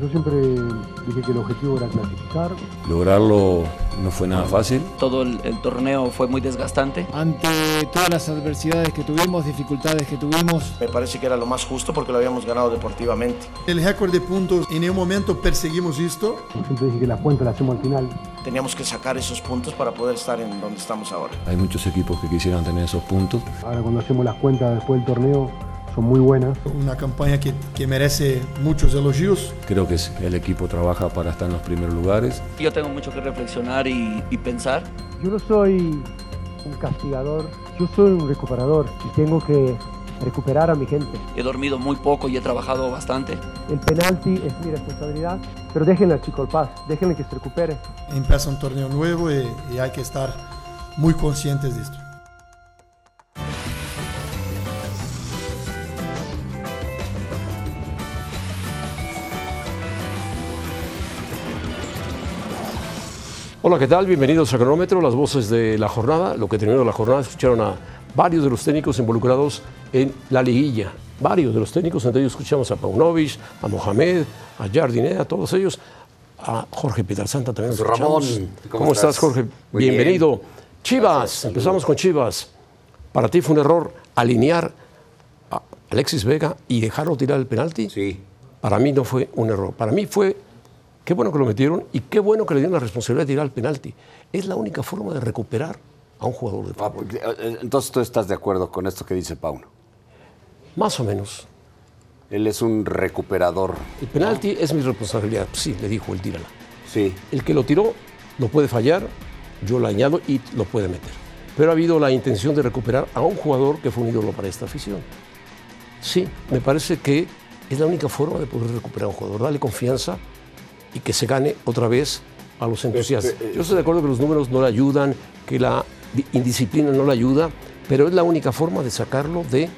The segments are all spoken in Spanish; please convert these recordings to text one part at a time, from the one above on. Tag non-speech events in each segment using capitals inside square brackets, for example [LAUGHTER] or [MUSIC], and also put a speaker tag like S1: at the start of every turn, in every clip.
S1: Yo siempre dije que el objetivo era clasificar.
S2: Lograrlo no fue nada fácil.
S3: Todo el, el, torneo fue muy desgastante.
S4: Ante todas las adversidades que tuvimos, dificultades que tuvimos.
S5: Me parece que era lo más justo porque lo habíamos ganado deportivamente.
S6: El récord de puntos, en ningún momento perseguimos esto.
S1: Yo siempre dije que la cuenta la hacemos al final.
S5: Teníamos que sacar esos puntos para poder estar en donde estamos ahora.
S2: Hay muchos equipos que quisieran tener esos puntos.
S1: Ahora cuando hacemos las cuentas después del torneo, muy buenas.
S6: Una campaña que, que, merece muchos elogios.
S2: Creo que el equipo trabaja para estar en los primeros lugares.
S3: Yo tengo mucho que reflexionar y, y pensar.
S1: Yo no soy un castigador, yo soy un recuperador y tengo que recuperar a mi gente.
S3: He dormido muy poco y he trabajado bastante.
S1: El penalti es mi responsabilidad, pero déjenle al chico el paz, déjenle que se recupere.
S6: Empieza un torneo nuevo y, y hay que estar muy conscientes de esto.
S7: Hola, ¿qué tal? Bienvenidos a Cronómetro, las voces de la jornada. Lo que terminó la jornada, escucharon a varios de los técnicos involucrados en la liguilla. Varios de los técnicos, entre ellos escuchamos a Paunovic, a Mohamed, a Jardine, a todos ellos, a Jorge Piedrasanta también. Los
S8: Ramón,
S7: ¿cómo, ¿Cómo estás? estás, Jorge? Muy Bienvenido. Bien. Chivas, Gracias, empezamos con Chivas. Para ti fue un error alinear a Alexis Vega y dejarlo tirar el penalti.
S8: Sí.
S7: Para mí no fue un error. Para mí fue Qué bueno que lo metieron y qué bueno que le dieron la responsabilidad de tirar el penalti. Es la única forma de recuperar a un jugador de
S8: fútbol. pues, eh, Entonces tú estás de acuerdo con esto que dice Pauno.
S7: Más o menos.
S8: Él es un recuperador.
S7: El penalti es mi responsabilidad. Sí, le dijo él, tírala.
S8: Sí.
S7: El que lo tiró lo puede fallar, yo lo añado y lo puede meter. Pero ha habido la intención de recuperar a un jugador que fue un ídolo para esta afición. Sí, me parece que es la única forma de poder recuperar a un jugador, darle confianza y que se gane otra vez a los entusiastas. Yo estoy de acuerdo que los números no le ayudan, que la indisciplina no le ayuda, pero es la única forma de sacarlo de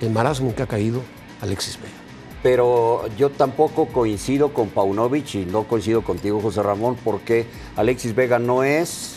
S7: el marasmo en que ha caído Alexis Vega.
S8: Pero yo tampoco coincido con Paunovic y no coincido contigo, José Ramón, porque Alexis Vega no es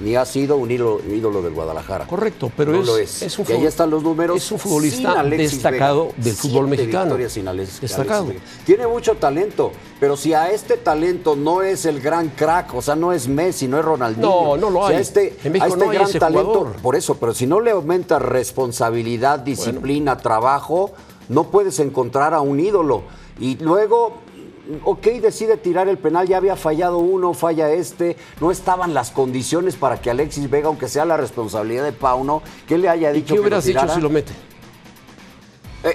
S8: ni ha sido un ídolo, ídolo del Guadalajara.
S7: Correcto, pero no
S8: es.
S7: es,
S8: es, un y ahí están los números.
S7: Es un futbolista destacado Vega, del fútbol mexicano.
S8: Sin Alex,
S7: destacado. Alex
S8: Tiene mucho talento, pero si a este talento no es el gran crack, o sea, no es Messi, no es Ronaldinho.
S7: No, no lo hay.
S8: Si a este,
S7: en México
S8: a este
S7: no
S8: gran
S7: hay ese
S8: talento,
S7: jugador.
S8: por eso, pero si no le aumenta responsabilidad, disciplina, bueno. trabajo, no puedes encontrar a un ídolo. Y luego ok, decide tirar el penal, ya había fallado uno, falla este, no estaban las condiciones para que Alexis Vega, aunque sea la responsabilidad de Pauno, que le haya dicho
S7: ¿Y qué hubieras
S8: que lo Eh,
S7: dicho si lo mete?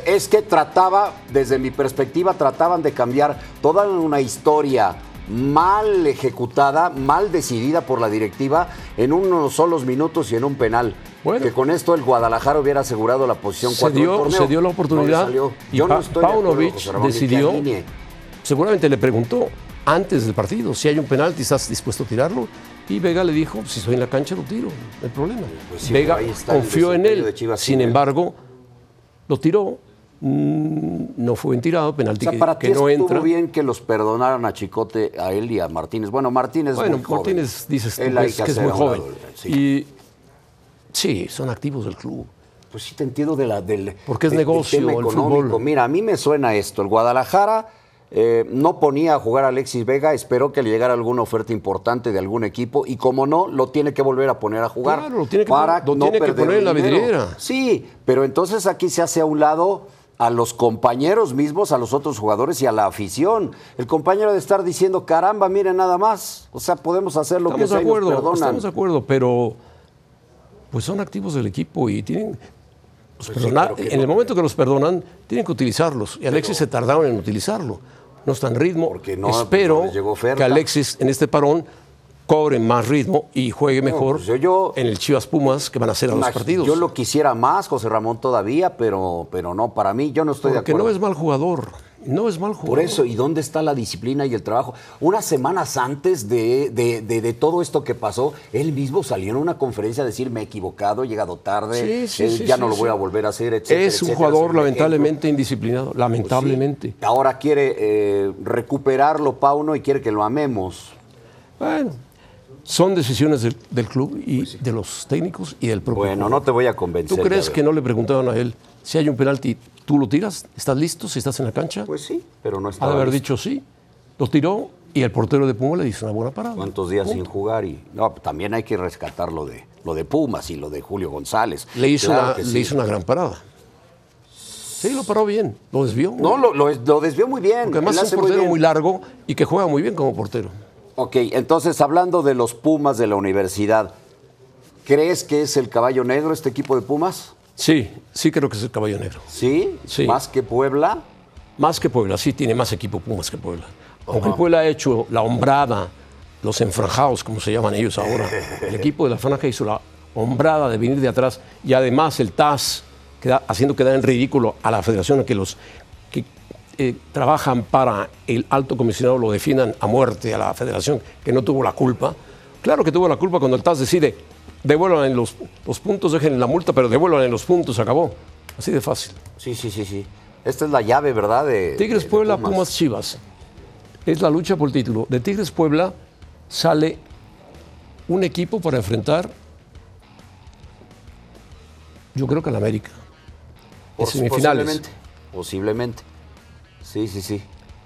S8: Es que trataba, desde mi perspectiva, trataban de cambiar toda una historia mal ejecutada, mal decidida por la directiva en unos solos minutos y en un penal. Bueno, que con esto el Guadalajara hubiera asegurado la posición
S7: se
S8: 4
S7: dio,
S8: del torneo.
S7: Se dio la oportunidad
S8: no y Yo no estoy
S7: Paunovic
S8: de acuerdo,
S7: decidió seguramente le preguntó antes del partido si hay un penalti, ¿estás dispuesto a tirarlo? Y Vega le dijo, si estoy en la cancha lo tiro, no hay problema.
S8: Pues sí,
S7: Vega confió en él,
S8: Chivas,
S7: sin
S8: sí,
S7: embargo, lo tiró, mmm, no fue bien tirado, penalti
S8: o sea, para
S7: que, que no entra.
S8: bien que los perdonaran a Chicote, a él y a Martínez. Bueno, Martínez
S7: bueno,
S8: muy
S7: Martínez
S8: joven.
S7: dices
S8: Él
S7: pues, que, que es muy joven.
S8: Lado, sí.
S7: Y sí, son activos del club.
S8: Pues sí te entiendo de la, del,
S7: Porque es
S8: de,
S7: negocio,
S8: del tema
S7: el
S8: económico.
S7: fútbol.
S8: Mira, a mí me suena esto, el Guadalajara... Eh, no ponía a jugar a Alexis Vega, esperó que le llegara alguna oferta importante de algún equipo y como no, lo tiene que volver a poner a jugar
S7: Claro, lo tiene que,
S8: para
S7: lo
S8: no
S7: tiene que
S8: perder
S7: poner en la
S8: dinero.
S7: vidriera.
S8: Sí, pero entonces aquí se hace a un lado a los compañeros mismos, a los otros jugadores y a la afición. El compañero de estar diciendo, caramba, miren nada más. O sea, podemos hacer lo
S7: Estamos
S8: que
S7: de
S8: sea y nos
S7: acuerdo,
S8: perdonan.
S7: estamos de acuerdo, pero pues son activos del equipo y tienen los perdonar-
S8: pero Pues que
S7: en
S8: no-
S7: el momento que los perdonan tienen que utilizarlos y Alexis se tardaron en utilizarlo. No está en ritmo.
S8: Porque no-
S7: Espero
S8: no les llegó oferta.
S7: que Alexis en este parón cobre más ritmo y juegue mejor
S8: pues yo- yo-
S7: en el Chivas Pumas que van a hacer a los
S8: Imag-
S7: partidos.
S8: Yo lo quisiera más, José Ramón, todavía, pero, pero no, para mí yo no estoy
S7: Porque
S8: de
S7: no
S8: acuerdo.
S7: es mal jugador. No es mal jugador.
S8: Por eso, ¿y dónde está la disciplina y el trabajo? Unas semanas antes de, de- de- de todo esto que pasó, él mismo salió en una conferencia a decir, me he equivocado, he llegado tarde,
S7: Sí, sí,
S8: eh,
S7: sí,
S8: ya
S7: sí,
S8: no lo
S7: sí.
S8: voy a volver a hacer, etc.
S7: es un jugador lamentablemente indisciplinado. Lamentablemente.
S8: Pues Ahora quiere eh, recuperarlo, Pauno, y quiere que lo amemos.
S7: Bueno, son decisiones del, del club y de los técnicos y del propio
S8: Pues Bueno,
S7: jugador.
S8: no te voy a convencer.
S7: ¿Tú crees
S8: ya
S7: que
S8: veo.
S7: no le preguntaron a él si hay un penalti, tú lo tiras? ¿Estás listo? ¿Si estás en la cancha?
S8: Pues sí, pero no está.
S7: ha de haber dicho sí. Lo tiró y el portero de Puma le hizo una buena parada.
S8: ¿Cuántos días sin
S7: Punto.
S8: jugar? Y, no, también hay que rescatar lo de, lo de Pumas y lo de Julio González.
S7: Le hizo,
S8: Claro
S7: una,
S8: que
S7: le
S8: sí.
S7: hizo una gran parada. Sí, lo paró bien, lo desvió.
S8: No, lo, lo- lo desvió muy bien.
S7: Porque además
S8: la
S7: es
S8: hace
S7: un portero
S8: bien.
S7: muy, largo y que juega muy bien como portero.
S8: Ok, entonces hablando de los Pumas de la universidad, ¿crees que es el caballo negro este equipo de Pumas?
S7: Sí, sí creo que es el caballo negro.
S8: ¿Sí?
S7: Sí.
S8: ¿Más que Puebla?
S7: Más que Puebla, sí tiene más equipo Pumas que Puebla. Aunque Puebla ha hecho la hombrada, los enfranjados, como se llaman ellos ahora. El equipo de la franja hizo la hombrada de venir de atrás y además el TAS, queda- haciendo quedar en ridículo a la federación a que los que eh, trabajan para el alto comisionado lo defiendan a muerte a la federación, que no tuvo la culpa. Claro que tuvo la culpa cuando el TAS decide, devuelvan los, los puntos, dejen la multa, pero devuelvan los puntos, se acabó. Así de fácil.
S8: Sí, sí, sí, sí. Esta es la llave, ¿verdad? De,
S7: Tigres
S8: de- de
S7: Puebla, Pumas. Chivas. Es la lucha por el título. De Tigres Puebla sale un equipo para enfrentar, yo creo que al América. En
S8: Pos-
S7: semifinales.
S8: Posiblemente. Posiblemente. Sí, sí, sí.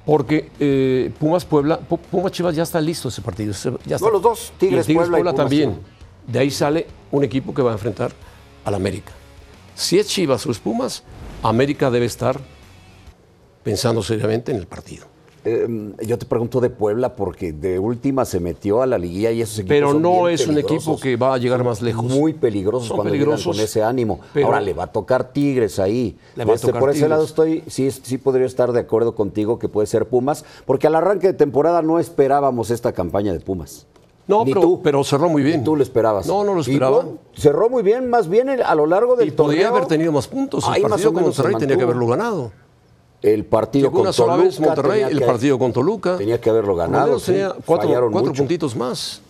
S7: Porque eh, Pumas Puebla, Pu- Pumas Chivas ya está listo ese partido. se- ya está.
S8: No, los dos,
S7: Y
S8: Tigres Puebla y Pumas
S7: también.
S8: Chivas.
S7: De ahí sale un equipo que va a enfrentar al América. Si es Chivas o es Pumas, América debe estar pensando seriamente en el partido.
S8: Eh, yo te pregunto de Puebla porque de última se metió a la liguilla y esos equipos
S7: Pero
S8: son
S7: no
S8: bien
S7: es un equipo
S8: peligrosos.
S7: que va a llegar más lejos.
S8: muy peligrosos
S7: Son
S8: cuando llegan
S7: peligrosos,
S8: con ese ánimo.
S7: pero-
S8: Ahora le va a tocar Tigres ahí.
S7: Le va a
S8: Este,
S7: tocar
S8: por ese
S7: Tigres.
S8: lado estoy, sí, sí podría estar de acuerdo contigo que puede ser Pumas, porque al arranque de temporada no esperábamos esta campaña de Pumas.
S7: No,
S8: Ni
S7: pero,
S8: tú.
S7: pero cerró muy bien.
S8: Ni tú lo esperabas.
S7: No, no lo
S8: Y,
S7: esperaba.
S8: bueno, cerró muy bien, más bien el- a lo largo del
S7: Y podría
S8: torneo,
S7: haber tenido más puntos. El
S8: ahí más
S7: partido
S8: o
S7: con
S8: menos se
S7: Monterrey tenía que
S8: mantuvo.
S7: haberlo ganado.
S8: El partido
S7: Llegó
S8: con
S7: una sola
S8: Toluca
S7: vez Monterrey,
S8: tenía
S7: el
S8: que-
S7: partido con Toluca.
S8: Tenía que haberlo
S7: Por lo
S8: ganado.
S7: menos
S8: sí.
S7: tenía cuatro,
S8: Fallaron
S7: cuatro
S8: mucho.
S7: puntitos más.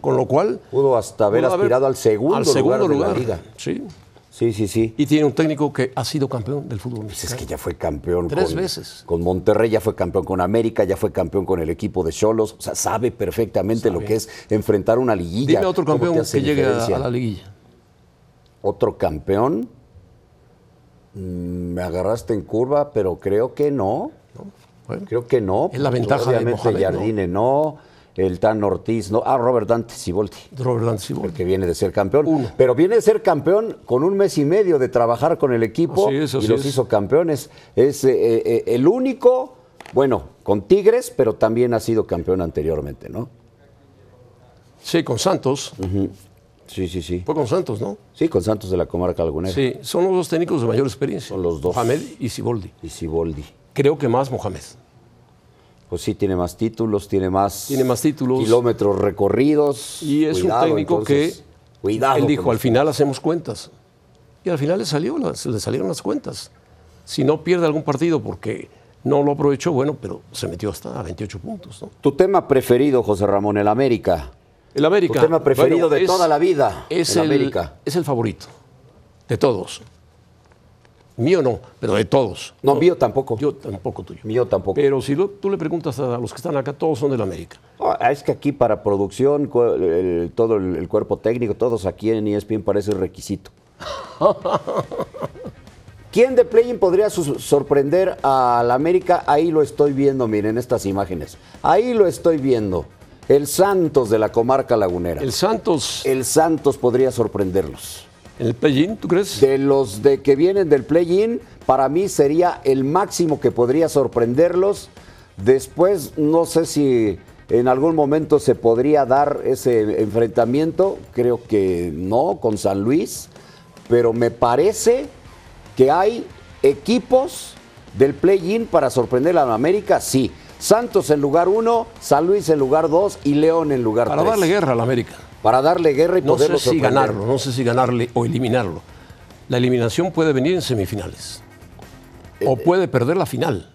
S7: Con lo cual.
S8: Pudo hasta haber aspirado al segundo
S7: al
S8: lugar
S7: segundo
S8: de la
S7: lugar.
S8: liga.
S7: Sí.
S8: Sí, sí, sí.
S7: Y tiene un técnico que ha sido campeón del fútbol
S8: Pues es
S7: mexicano.
S8: que ya fue campeón
S7: Tres
S8: con,
S7: veces.
S8: con Monterrey, ya fue campeón con América, ya fue campeón con el equipo de Cholos. O sea, sabe perfectamente lo que es enfrentar una liguilla.
S7: Dime otro
S8: ¿Cómo te
S7: campeón que
S8: hace
S7: llegue a,
S8: diferencia?
S7: a la liguilla.
S8: Otro campeón. Mm, Me agarraste en curva, pero creo que no.
S7: Bueno,
S8: Creo que no.
S7: Es la ventaja de
S8: Obviamente
S7: Mohamed, ¿no?
S8: Jardine no. El Tan Ortiz no. Ah, Robert Dante Siboldi.
S7: Robert Lanzibol.
S8: El que viene de ser campeón.
S7: Uno.
S8: Pero viene de ser campeón con un mes y medio de trabajar con el equipo
S7: Así es,
S8: y
S7: así
S8: los
S7: es.
S8: hizo campeones. Es eh, eh, el único, bueno, con Tigres, pero también ha sido campeón anteriormente, ¿no?
S7: Sí, con Santos.
S8: Sí, sí, sí.
S7: Fue con Santos, ¿no?
S8: Sí, con Santos de la Comarca Lagunera
S7: Sí, son los dos técnicos de mayor experiencia.
S8: Son los dos.
S7: Mohamed y Siboldi.
S8: y Siboldi.
S7: Creo que más Mohamed.
S8: Pues sí, tiene más títulos, tiene más,
S7: Tiene más títulos.
S8: kilómetros recorridos.
S7: Y es
S8: Cuidado,
S7: un técnico
S8: entonces,
S7: que
S8: Cuidado.
S7: él dijo,
S8: con-
S7: al final hacemos cuentas. Y al final le, salió las- le salieron las cuentas. Si no pierde algún partido porque no lo aprovechó, bueno, pero se metió hasta a 28 puntos. ¿no?
S8: Tu tema preferido, José Ramón, el América.
S7: El América.
S8: Tu tema preferido
S7: bueno,
S8: de
S7: es-
S8: toda la vida.
S7: Es
S8: el
S7: el,
S8: América.
S7: es el favorito de todos. Mío no, pero de todos.
S8: No, mío tampoco.
S7: Yo tampoco tuyo.
S8: Mío tampoco.
S7: Pero si lo- tú le preguntas a los que están acá, todos son del América.
S8: Ah, es que aquí para producción, cu- el- todo el, el cuerpo técnico, todos aquí en E ESPN parece requisito. ¿Quién de Playing podría sus- sorprender al América? Ahí lo estoy viendo, miren estas imágenes. Ahí lo estoy viendo. El Santos de la comarca lagunera.
S7: El
S8: El,
S7: Santos,
S8: Santos podría sorprenderlos.
S7: el Pellín, ¿tú crees?
S8: De los de que vienen del play-in, para mí sería el máximo que podría sorprenderlos. Después, no sé si en algún momento se podría dar ese enfrentamiento. Creo que no, con San Luis. Pero me parece que hay equipos del play-in para sorprender a la América, sí. Santos en lugar uno, San Luis en lugar dos y León en lugar
S7: Para
S8: tres.
S7: darle guerra a la América.
S8: Para darle guerra y
S7: No sé
S8: poderlo
S7: si
S8: sorprender.
S7: ganarlo, no sé si ganarle o eliminarlo. La eliminación puede venir en semifinales.
S8: Eh,
S7: O puede perder la final.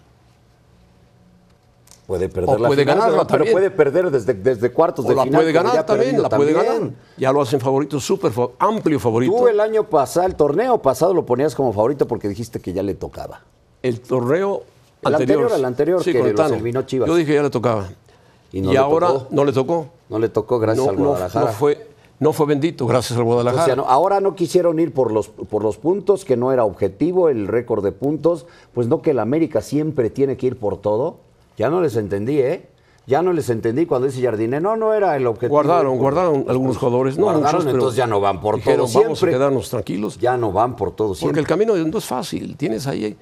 S8: Puede perder
S7: O
S8: la
S7: puede
S8: final,
S7: ganarla
S8: pero, pero
S7: también.
S8: puede perder desde, desde cuartos
S7: O
S8: Pues de
S7: la
S8: final.
S7: puede
S8: como ya
S7: ganar
S8: ha
S7: también,
S8: perdido
S7: la puede
S8: también.
S7: ganar. Ya lo hacen favorito, súper fa- amplio favorito.
S8: Tú el año pasado, el torneo pasado lo ponías como favorito porque dijiste que ya le tocaba.
S7: el torneo
S8: El
S7: anterior.
S8: anterior, el anterior
S7: sí,
S8: que
S7: con el
S8: los
S7: Tano.
S8: eliminó Chivas.
S7: Yo dije ya le tocaba.
S8: Y
S7: Y,
S8: no le
S7: ahora
S8: tocó.
S7: no le tocó.
S8: No le tocó gracias
S7: no,
S8: al
S7: no-
S8: Guadalajara.
S7: no fue, no fue bendito gracias al
S8: O sea,
S7: Guadalajara.
S8: no- ahora no quisieron ir por los, por los puntos, que no era objetivo, el récord de puntos. Pues no que el América siempre tiene que ir por todo. Ya no les entendí, ¿eh? Ya no les entendí cuando dice Jardine, no, no era el objetivo.
S7: guardaron, guardaron algunos jugadores. No
S8: pues, Guardaron,
S7: muchos, pero
S8: entonces ya no van por
S7: dijeron,
S8: todo
S7: Vamos a
S8: siempre".
S7: quedarnos tranquilos.
S8: Ya no van por todo
S7: porque
S8: siempre.
S7: el camino no es fácil. Tienes ahí, eh,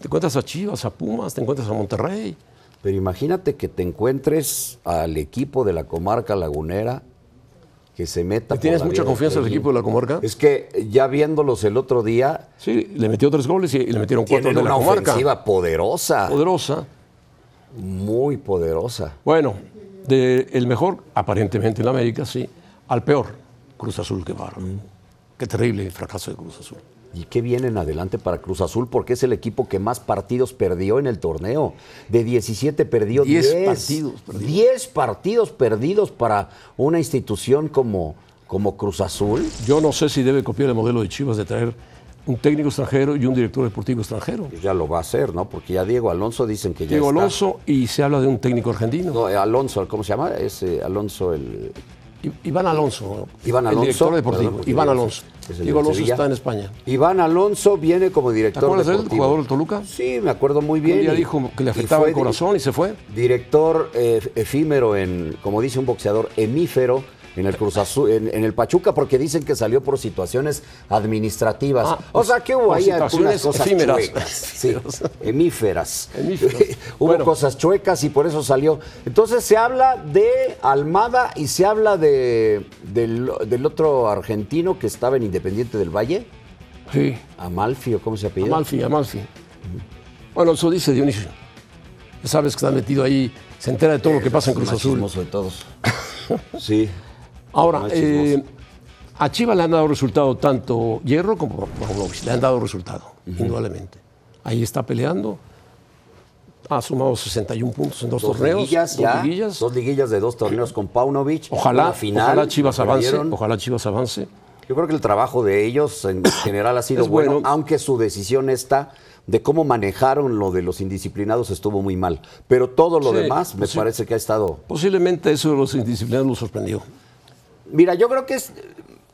S7: te encuentras a Chivas, a Pumas, te encuentras a Monterrey.
S8: Pero imagínate que te encuentres al equipo de la comarca lagunera que se meta.
S7: ¿Le tienes
S8: por la
S7: mucha
S8: vía
S7: confianza al
S8: del
S7: equipo de la comarca?
S8: Es que ya viéndolos el otro día,
S7: Sí, le metió tres goles y, y le metieron cuatro
S8: tienen
S7: de la
S8: una
S7: comarca.
S8: ofensiva poderosa,
S7: Poderosa.
S8: muy poderosa.
S7: Bueno, de el mejor, aparentemente en América, sí, al peor, Cruz Azul, qué bárbaro.
S8: Mm.
S7: Qué terrible fracaso de Cruz Azul.
S8: ¿Y qué vienen adelante para Cruz Azul? Porque es el equipo que más partidos perdió en el torneo. De 17 perdió
S7: Diez
S8: 10.
S7: partidos perdidos.
S8: 10 partidos perdidos para una institución como, como Cruz Azul.
S7: Yo no sé si debe copiar el modelo de Chivas de traer un técnico extranjero y un director deportivo extranjero.
S8: Pues ya lo va a hacer, ¿no? Porque ya Diego Alonso dicen que ya
S7: Diego
S8: está.
S7: Alonso y se habla de un técnico argentino.
S8: No, eh, Alonso, ¿cómo se llama? Es eh, Alonso el.
S7: I- Iván Alonso,
S8: Iván Alonso.
S7: el director deportivo.
S8: perdón, porque
S7: Iván
S8: Diego
S7: Alonso.
S8: es el
S7: Diego
S8: del
S7: Alonso
S8: Sevilla.
S7: está en España.
S8: Iván Alonso viene como
S7: ¿Te
S8: director
S7: acuerdas del
S8: deportivo.
S7: jugador del Toluca?
S8: Sí, me acuerdo muy bien.
S7: Un día
S8: y-
S7: dijo que le
S8: y
S7: afectaba
S8: fue
S7: el
S8: di-
S7: corazón y se fue.
S8: Director eh, efímero en, como dice un boxeador, hemífero en el Cruz Azul, en, en el Pachuca, porque dicen que salió por situaciones administrativas.
S7: Ah,
S8: o sea, que hubo
S7: por
S8: ahí algunas
S7: situaciones
S8: cosas
S7: efímeras. [LAUGHS]
S8: chuecas. Sí, hemíferas.
S7: Hemíferas.
S8: [LAUGHS] hubo
S7: Bueno.
S8: cosas chuecas y por eso salió. Entonces se habla de Almada y se habla de, del, del otro argentino que estaba en Independiente del Valle,
S7: Sí.
S8: Amalfi, ¿o cómo se apellida?
S7: Amalfi, Amalfi. Bueno, eso dice Dionisio. Ya sabes que está metido ahí, se entera de todo lo que pasa en Cruz
S8: Más
S7: Azul.
S8: chismoso de
S7: [LAUGHS]
S8: todos. Sí.
S7: Ahora,
S8: Más chismoso.
S7: eh, a Chivas le han dado resultado tanto Hierro como Pavlovich. Le han dado resultado, indudablemente. Ahí está peleando. Ha sumado 61 puntos en dos,
S8: dos
S7: torneos.
S8: liguillas
S7: dos
S8: ya,
S7: liguillas.
S8: dos liguillas de dos torneos con Paunovic.
S7: Ojalá,
S8: una final,
S7: ojalá Chivas
S8: que
S7: avance.
S8: perdieron.
S7: Ojalá Chivas avance.
S8: Yo creo que el trabajo de ellos
S7: [COUGHS]
S8: en general ha sido
S7: Es
S8: bueno,
S7: bueno.
S8: aunque su decisión esta de cómo manejaron lo de los indisciplinados estuvo muy mal. Pero todo lo
S7: Sí,
S8: demás me
S7: sí.
S8: parece que ha estado
S7: Posiblemente eso de los indisciplinados lo sorprendió.
S8: Mira, yo creo que es,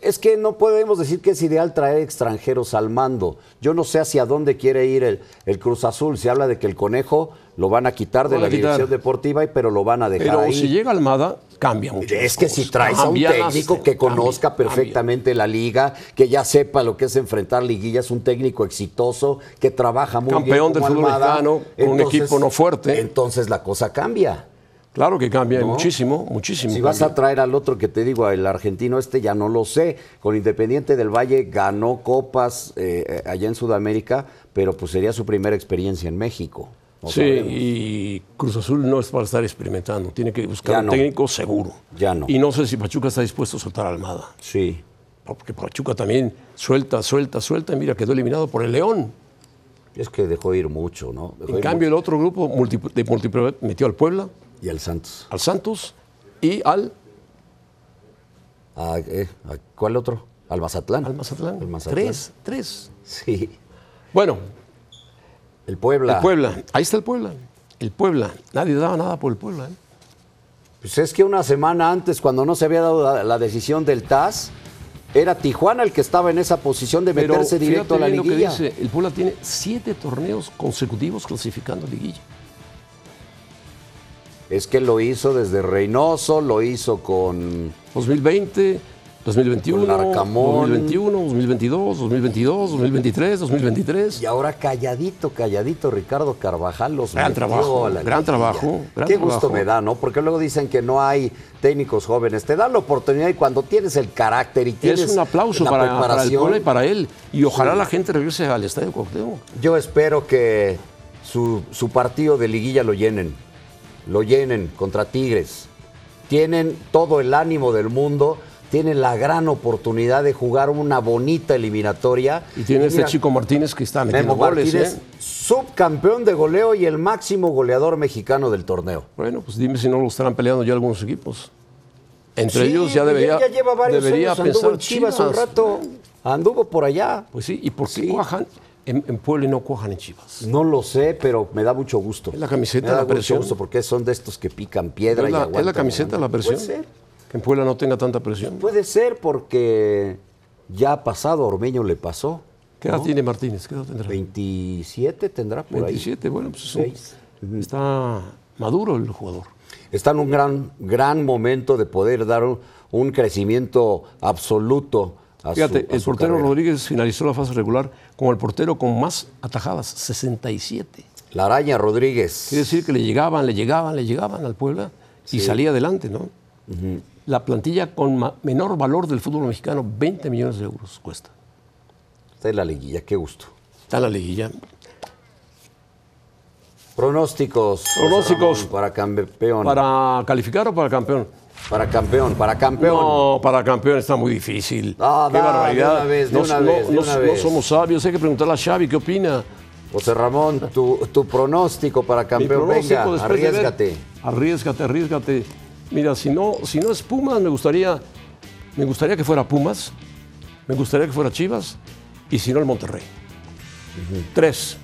S8: es que no podemos decir que es ideal traer extranjeros al mando. Yo no sé hacia dónde quiere ir el, el Cruz Azul. Se habla de que el conejo lo van a quitar de
S7: Lo van
S8: la
S7: a quitar.
S8: dirección deportiva, y- pero lo van a dejar
S7: Pero
S8: ahí.
S7: si llega Almada, cambia mucho.
S8: Es
S7: las
S8: que
S7: cosas.
S8: si traes a un
S7: Cambia las-
S8: técnico que
S7: cambia,
S8: conozca
S7: cambia.
S8: perfectamente la liga, que ya sepa lo que es enfrentar liguillas, un técnico exitoso, que trabaja muy bien.
S7: Campeón del
S8: como
S7: fútbol
S8: Almada,
S7: mexicano, con un equipo no fuerte.
S8: Entonces la cosa cambia.
S7: Claro que cambia,
S8: ¿no?
S7: muchísimo, muchísimo.
S8: Si vas a
S7: cambia.
S8: traer al otro que te digo, el argentino este, ya no lo sé. Con Independiente del Valle ganó copas eh, eh, allá en Sudamérica, pero pues sería su primera experiencia en México. No
S7: Sí,
S8: sabemos.
S7: y Cruz Azul no es para estar experimentando, tiene que buscar
S8: Ya
S7: un
S8: no.
S7: técnico seguro.
S8: Ya no.
S7: Y no sé si Pachuca está dispuesto a soltar a Almada,
S8: Sí.
S7: porque Pachuca también suelta, suelta, suelta, y mira, quedó eliminado por el León.
S8: Es que dejó ir mucho, ¿no? Dejó
S7: En
S8: ir
S7: cambio, el otro grupo multi- de Multiprovet metió al Puebla,
S8: mucho. Y al Santos.
S7: al Santos y al,
S8: Ah, eh, ¿a ¿Cuál otro? Al Mazatlán.
S7: al Mazatlán.
S8: Al Mazatlán.
S7: Tres, tres.
S8: Sí.
S7: Bueno,
S8: El Puebla.
S7: el Puebla, ahí está el Puebla. El Puebla, nadie daba nada por el Puebla. ¿eh?
S8: Pues es que una semana antes, cuando no se había dado la, la decisión del TAS, era Tijuana el que estaba en esa posición de
S7: Pero
S8: meterse directo
S7: fíjate
S8: a la
S7: bien lo que
S8: liguilla.
S7: dice, el Puebla tiene siete torneos consecutivos clasificando a liguilla.
S8: Es que lo hizo desde Reynoso, lo hizo con.
S7: 2020, 2021,
S8: Con Larcamón.
S7: 2021, 2022, 2022, 2023, 2023.
S8: Y ahora calladito, calladito, Ricardo Carvajal los
S7: Gran
S8: metió
S7: trabajo,
S8: a la
S7: gran
S8: liguilla.
S7: trabajo, gran
S8: Qué gusto
S7: trabajo.
S8: me da, ¿no? Porque luego dicen que no hay técnicos jóvenes. Te dan la oportunidad y cuando tienes el carácter y tienes.
S7: Es un aplauso
S8: la
S7: para, para el
S8: preparación,
S7: Puebla y para él. Y ojalá la gente regrese al Estadio Cuauhtémoc.
S8: Yo espero que su, su partido de liguilla lo llenen. lo llenen contra Tigres. Tienen todo el ánimo del mundo, tienen la gran oportunidad de jugar una bonita eliminatoria.
S7: Y tiene este
S8: mira,
S7: chico Martínez que está metiendo
S8: Memo
S7: goles.
S8: Martínez,
S7: ¿eh?
S8: subcampeón de goleo y el máximo goleador mexicano del torneo.
S7: Bueno, pues dime si no lo estarán peleando ya algunos equipos. Entre
S8: Sí, pues
S7: ellos ya debería,
S8: Ya lleva varios
S7: debería
S8: años,
S7: pensar
S8: anduvo en Chivas, un rato, anduvo por allá.
S7: Pues sí, ¿y por qué
S8: Sí.
S7: cuajan? En, en Puebla no cuajan en Chivas.
S8: No lo sé, pero me da mucho gusto.
S7: Es la camiseta,
S8: me da
S7: la
S8: mucho
S7: presión.
S8: gusto porque son de estos que pican
S7: ¿Es
S8: piedra y
S7: la, es la
S8: aguantan,
S7: camiseta la
S8: aguantan.
S7: presión?
S8: Puede ser,
S7: Que en Puebla no tenga tanta presión.
S8: puede ser porque ya ha pasado, a Ormeño le pasó.
S7: ¿Qué edad
S8: ¿no?
S7: tiene Martínez? ¿Qué edad tendrá?
S8: 27 tendrá por ahí.
S7: 27, bueno, pues es un-
S8: Seis.
S7: está maduro el jugador.
S8: está en un gran, gran momento de poder dar un, un crecimiento absoluto a
S7: Fíjate,
S8: su, a
S7: el
S8: su
S7: portero
S8: carrera.
S7: Rodríguez finalizó la fase regular como el portero con más atajadas, 67.
S8: La araña Rodríguez.
S7: Quiere decir que le llegaban, le llegaban, le llegaban al Puebla y salía adelante, ¿no? La plantilla con ma- menor valor del fútbol mexicano, 20 millones de euros cuesta.
S8: Está en la liguilla, qué gusto.
S7: Está en la liguilla.
S8: Pronósticos. José
S7: Pronósticos.
S8: Ramón, Para campeón. Para,
S7: ¿Para calificar o para campeón?
S8: campeón, para campeón.
S7: No, para campeón está muy difícil.
S8: Ah,
S7: Qué
S8: da, de
S7: barbaridad.
S8: una vez, de
S7: no,
S8: una
S7: no-
S8: vez, de
S7: no-
S8: una
S7: no
S8: vez.
S7: somos sabios, hay que preguntarle a Xavi qué opina.
S8: José Ramón, tu, tu pronóstico para
S7: Mi
S8: campeón. Venga,
S7: pronóstico después de ver-
S8: arriesgate.
S7: arriesgate, arriesgate. Mira, si no, si no es Pumas, me gustaría, me gustaría que fuera Pumas, me gustaría que fuera Chivas, y si no el Monterrey. Tres,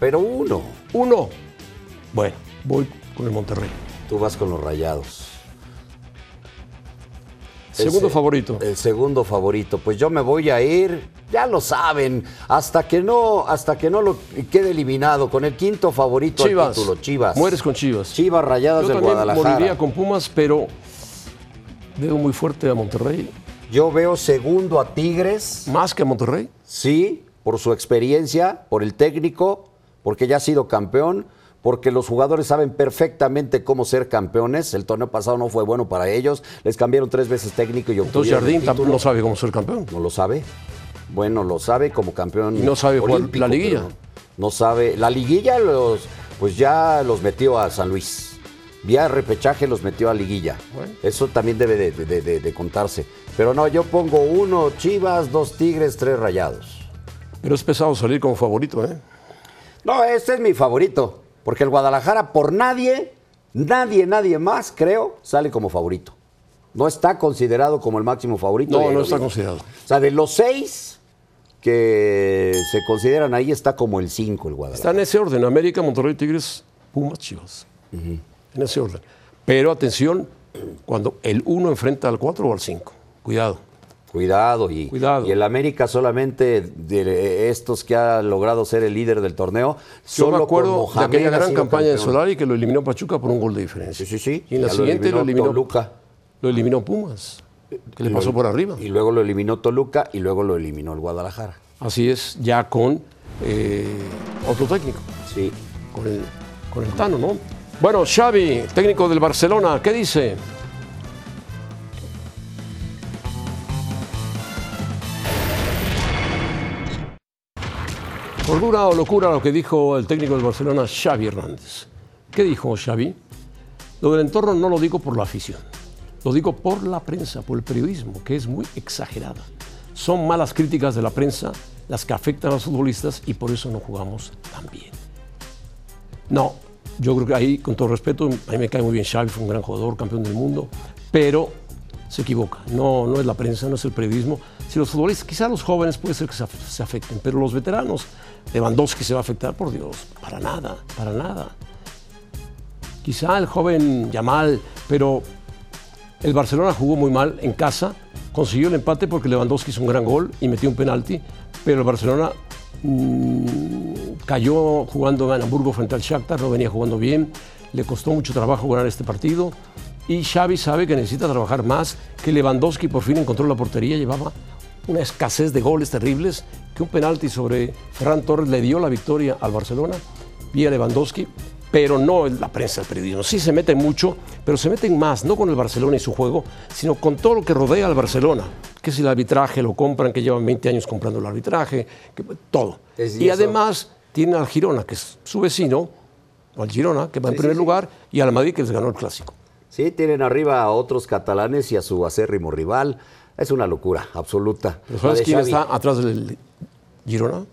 S8: Pero uno,
S7: uno. Bueno, voy con el Monterrey.
S8: tú vas con los rayados.
S7: Segundo
S8: Ese-
S7: favorito.
S8: El segundo favorito. Pues yo me voy a ir, ya lo saben, hasta que no, hasta que no lo quede eliminado con el quinto favorito al
S7: Chivas.
S8: título, Chivas.
S7: Mueres con Chivas.
S8: Chivas Rayadas
S7: Yo
S8: del
S7: también moriría
S8: Guadalajara.
S7: con Pumas, pero veo muy fuerte a Monterrey,
S8: Yo veo segundo a Tigres,
S7: más que a Monterrey.
S8: sí, por su experiencia, por el técnico, porque ya ha sido campeón, porque los jugadores saben perfectamente cómo ser campeones. El torneo pasado no fue bueno para ellos, les cambiaron tres veces técnico y
S7: Entonces
S8: obtuvieron el
S7: Jardín tampoco
S8: título.
S7: no sabe cómo ser campeón.
S8: No lo sabe. Bueno, lo sabe como campeón.
S7: Y no sabe jugar
S8: olímpico,
S7: la liguilla.
S8: pero No, no sabe. La liguilla los, pues ya los metió a San Luis. Vía repechaje los metió a liguilla.
S7: Bueno.
S8: Eso también debe de, de- de- de contarse. Pero no, yo pongo uno Chivas, dos Tigres, tres Rayados.
S7: Pero es pesado salir como favorito, ¿eh?
S8: No, este es mi favorito. Porque el Guadalajara por nadie, nadie, nadie más, creo, sale como favorito. No está considerado como el máximo favorito. y
S7: No,
S8: ahí
S7: no
S8: lo
S7: está
S8: digo.
S7: considerado.
S8: O sea, de los seis que eh, se consideran ahí, está como el cinco el
S7: Está
S8: Guadalajara.
S7: en ese orden. América, Monterrey, Tigres, Pumas, Chivas. En ese orden. Pero atención, cuando el 1 enfrenta al 4 o al 5. Cuidado.
S8: Cuidado y,
S7: Cuidado.
S8: y el América solamente de estos que ha logrado ser el líder del torneo.
S7: Yo
S8: solo
S7: me
S8: con
S7: acuerdo de
S8: Mohamed
S7: aquella
S8: ha
S7: gran
S8: sido
S7: campaña de
S8: campeón.
S7: Solari que lo eliminó Pachuca por un gol de diferencia.
S8: Sí, sí, sí.
S7: Y en la
S8: Ya lo
S7: siguiente lo
S8: eliminó
S7: eliminó,
S8: Toluca.
S7: Lo eliminó Pumas, que le pasó por arriba.
S8: Y luego lo eliminó Toluca y luego lo eliminó el Guadalajara.
S7: Así es, ya con eh, otro técnico,
S8: Sí.
S7: con el, con el Tano, ¿no? Bueno, Xavi, técnico del Barcelona, ¿qué dice? Cordura o locura lo que dijo el técnico del Barcelona, Xavi Hernández. ¿Qué dijo Xavi? Lo del entorno no lo digo por la afición, lo digo por la prensa, por el periodismo, que es muy exagerada. Son malas críticas de la prensa las que afectan a los futbolistas y por eso no jugamos tan bien. No, yo creo que ahí, con todo respeto, a mí me cae muy bien Xavi, fue un gran jugador, campeón del mundo, pero se equivoca. No, no es la prensa, no es el periodismo. Si los futbolistas, quizá los jóvenes puede ser que se, af- se afecten, pero los veteranos, Lewandowski se va a afectar, por Dios, para nada, para nada. Quizá el joven Yamal, pero el Barcelona jugó muy mal en casa, consiguió el empate porque Lewandowski hizo un gran gol y metió un penalti, pero el Barcelona mm, cayó jugando en Hamburgo frente al Shakhtar, no venía jugando bien, le costó mucho trabajo ganar este partido y Xavi sabe que necesita trabajar más, que Lewandowski por fin encontró la portería, llevaba una escasez de goles terribles, que un penalti sobre Ferran Torres le dio la victoria al Barcelona vía Lewandowski, pero no en la prensa, el periodismo. Sí se meten mucho, pero se meten más, no con el Barcelona y su juego, sino con todo lo que rodea al Barcelona. Que si el arbitraje lo compran, que llevan 20 años comprando el arbitraje, que, todo.
S8: Es- y
S7: y
S8: eso-
S7: además tienen al Girona, que es su vecino, al Girona, que va en
S8: Sí,
S7: primer
S8: sí, sí.
S7: lugar, y al Madrid, que les ganó el clásico.
S8: Sí, tienen arriba a otros catalanes y a su acérrimo rival. Es una locura absoluta.
S7: Pero
S8: La
S7: ¿Sabes
S8: de
S7: quién
S8: Xavi.
S7: está atrás del Girona?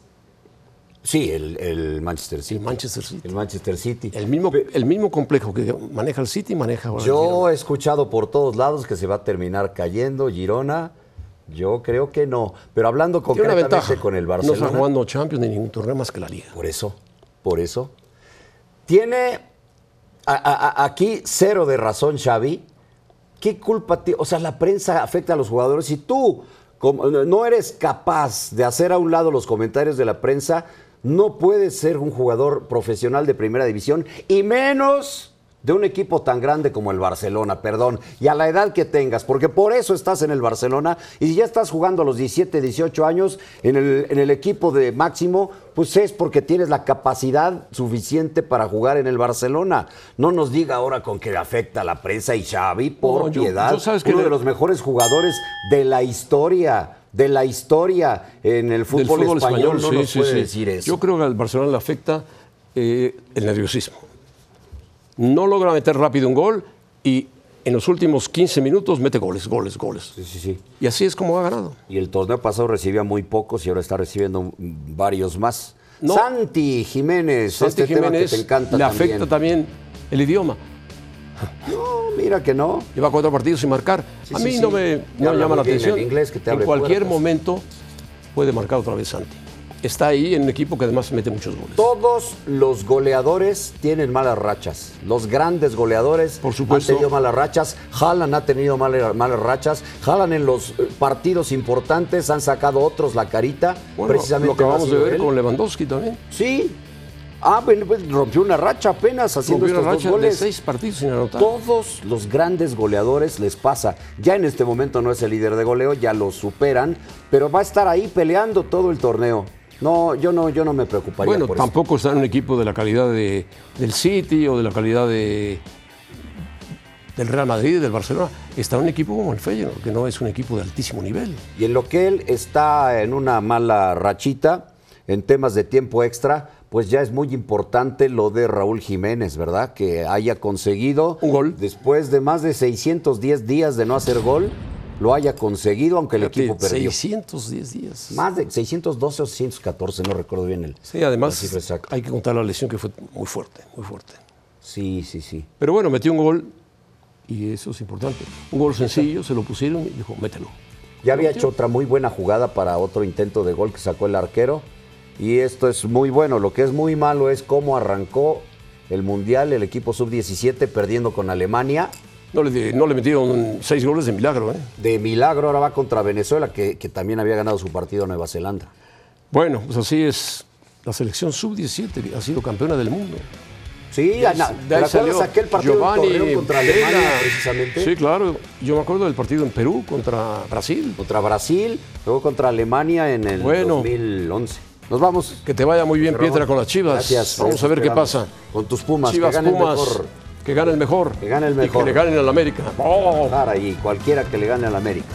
S8: Sí, el, el Manchester City.
S7: El Manchester City.
S8: El Manchester City.
S7: El mismo, el mismo complejo que maneja el City maneja ahora el Girona.
S8: Yo he escuchado por todos lados que se va a terminar cayendo Girona. Yo creo que no. Pero hablando
S7: Tiene una
S8: concretamente
S7: ventaja.
S8: con el
S7: No está
S8: Barcelona.
S7: jugando Champions ni ningún torneo más que la Liga.
S8: Por eso, por eso. Tiene a- a- a- aquí cero de razón Xavi. ¿Qué culpa tiene? O sea, la prensa afecta a los jugadores. Si tú como- no eres capaz de hacer a un lado los comentarios de la prensa, no puedes ser un jugador profesional de primera división y menos de un equipo tan grande como el Barcelona, perdón, y a la edad que tengas, porque por eso estás en el Barcelona y si ya estás jugando a los 17, 18 años en el, en el equipo de máximo, pues es porque tienes la capacidad suficiente para jugar en el Barcelona. No nos diga ahora con que afecta a la prensa y Xavi, por
S7: No, yo-
S8: piedad,
S7: yo sabes que
S8: uno
S7: le-
S8: de los mejores jugadores de la historia, de la historia en el
S7: Del
S8: fútbol, español, no nos
S7: sí, sí,
S8: puede
S7: sí.
S8: decir eso.
S7: Yo creo que al Barcelona le afecta eh, el nerviosismo. No logra meter rápido un gol y en los últimos 15 minutos mete goles, goles, goles.
S8: Sí, sí, sí.
S7: Y así es como ha ganado.
S8: Y el torneo pasado recibía muy pocos y ahora está recibiendo varios más.
S7: No.
S8: Santi Jiménez,
S7: Santi
S8: este tema que
S7: Jiménez
S8: te encanta
S7: le
S8: también.
S7: afecta también el idioma.
S8: No, mira que no.
S7: Lleva cuatro partidos sin marcar.
S8: Sí,
S7: A
S8: sí,
S7: mí
S8: sí.
S7: no me
S8: Y
S7: no me
S8: habla
S7: llama
S8: muy
S7: la
S8: bien el
S7: atención.
S8: inglés que te
S7: en
S8: abre
S7: cualquier
S8: puertas.
S7: momento puede marcar otra vez Santi. Está ahí en un equipo que además mete muchos goles.
S8: Todos los goleadores tienen malas rachas. Los grandes goleadores
S7: Por supuesto.
S8: han tenido malas rachas. Haaland ha tenido mala- malas rachas. Haaland en los eh, partidos importantes han sacado otros la carita.
S7: Bueno,
S8: precisamente
S7: lo
S8: no ha
S7: acabamos de
S8: sido
S7: ver
S8: él.
S7: con Lewandowski también.
S8: Sí. Ah, bueno, pues, rompió una racha apenas haciendo
S7: Rompió una
S8: estos
S7: racha
S8: dos
S7: de
S8: goles.
S7: seis partidos sin anotar.
S8: Todos los grandes goleadores les pasa. Ya en este momento no es el líder de goleo, ya lo superan, pero va a estar ahí peleando todo el torneo. No, yo no, yo no me preocuparía
S7: Bueno,
S8: por eso.
S7: tampoco está en un equipo de la calidad de, del City o de la calidad de, del Real Madrid, del Barcelona. Está en un equipo como el Feyenoord, que no es un equipo de altísimo nivel.
S8: Y en lo que él está en una mala rachita, en temas de tiempo extra, pues ya es muy importante lo de Raúl Jiménez, ¿verdad? Que haya conseguido
S7: Un gol.
S8: Después de más de 610 días de no hacer gol, lo haya conseguido, aunque el equipo perdió.
S7: 610 días.
S8: Más de 612 o 614, no recuerdo bien el.
S7: Sí, además
S8: la cifra exacta.
S7: hay que contar la lesión que fue muy fuerte, muy fuerte.
S8: Sí, sí, sí.
S7: Pero bueno, metió un gol y eso es importante. Un gol sencillo, se lo pusieron y dijo, mételo.
S8: Ya había hecho otra muy buena jugada para otro intento de gol que sacó el arquero. Y esto es muy bueno. Lo que es muy malo es cómo arrancó el Mundial el equipo sub-17 perdiendo con Alemania.
S7: No le, di- no le metieron seis goles de milagro, ¿eh?
S8: De milagro ahora va contra Venezuela, que, que también había ganado su partido a Nueva Zelanda.
S7: Bueno, pues así es. La selección sub-17 ha sido campeona del mundo.
S8: Sí, Ana, ¿te
S7: ahí
S8: acuerdas
S7: salió
S8: aquel partido en
S7: Giovanni
S8: Torreón contra Alemania
S7: Vela.
S8: precisamente?
S7: Sí, claro. Yo me acuerdo del partido en Perú contra Brasil.
S8: Contra Brasil, luego contra Alemania en el
S7: Bueno.
S8: 2011. Nos vamos.
S7: Que te vaya muy bien,
S8: Pero
S7: Pietra,
S8: vamos-
S7: con las Chivas.
S8: Gracias.
S7: Vamos a ver qué
S8: Esperamos.
S7: pasa.
S8: Con tus Pumas, que
S7: Chivas,
S8: gane el
S7: Pumas,
S8: mejor.
S7: Que gane el mejor.
S8: Que gane el
S7: Y que
S8: mejor.
S7: le ganen al América. ¡Oh!
S8: Claro, y cualquiera que le gane al América.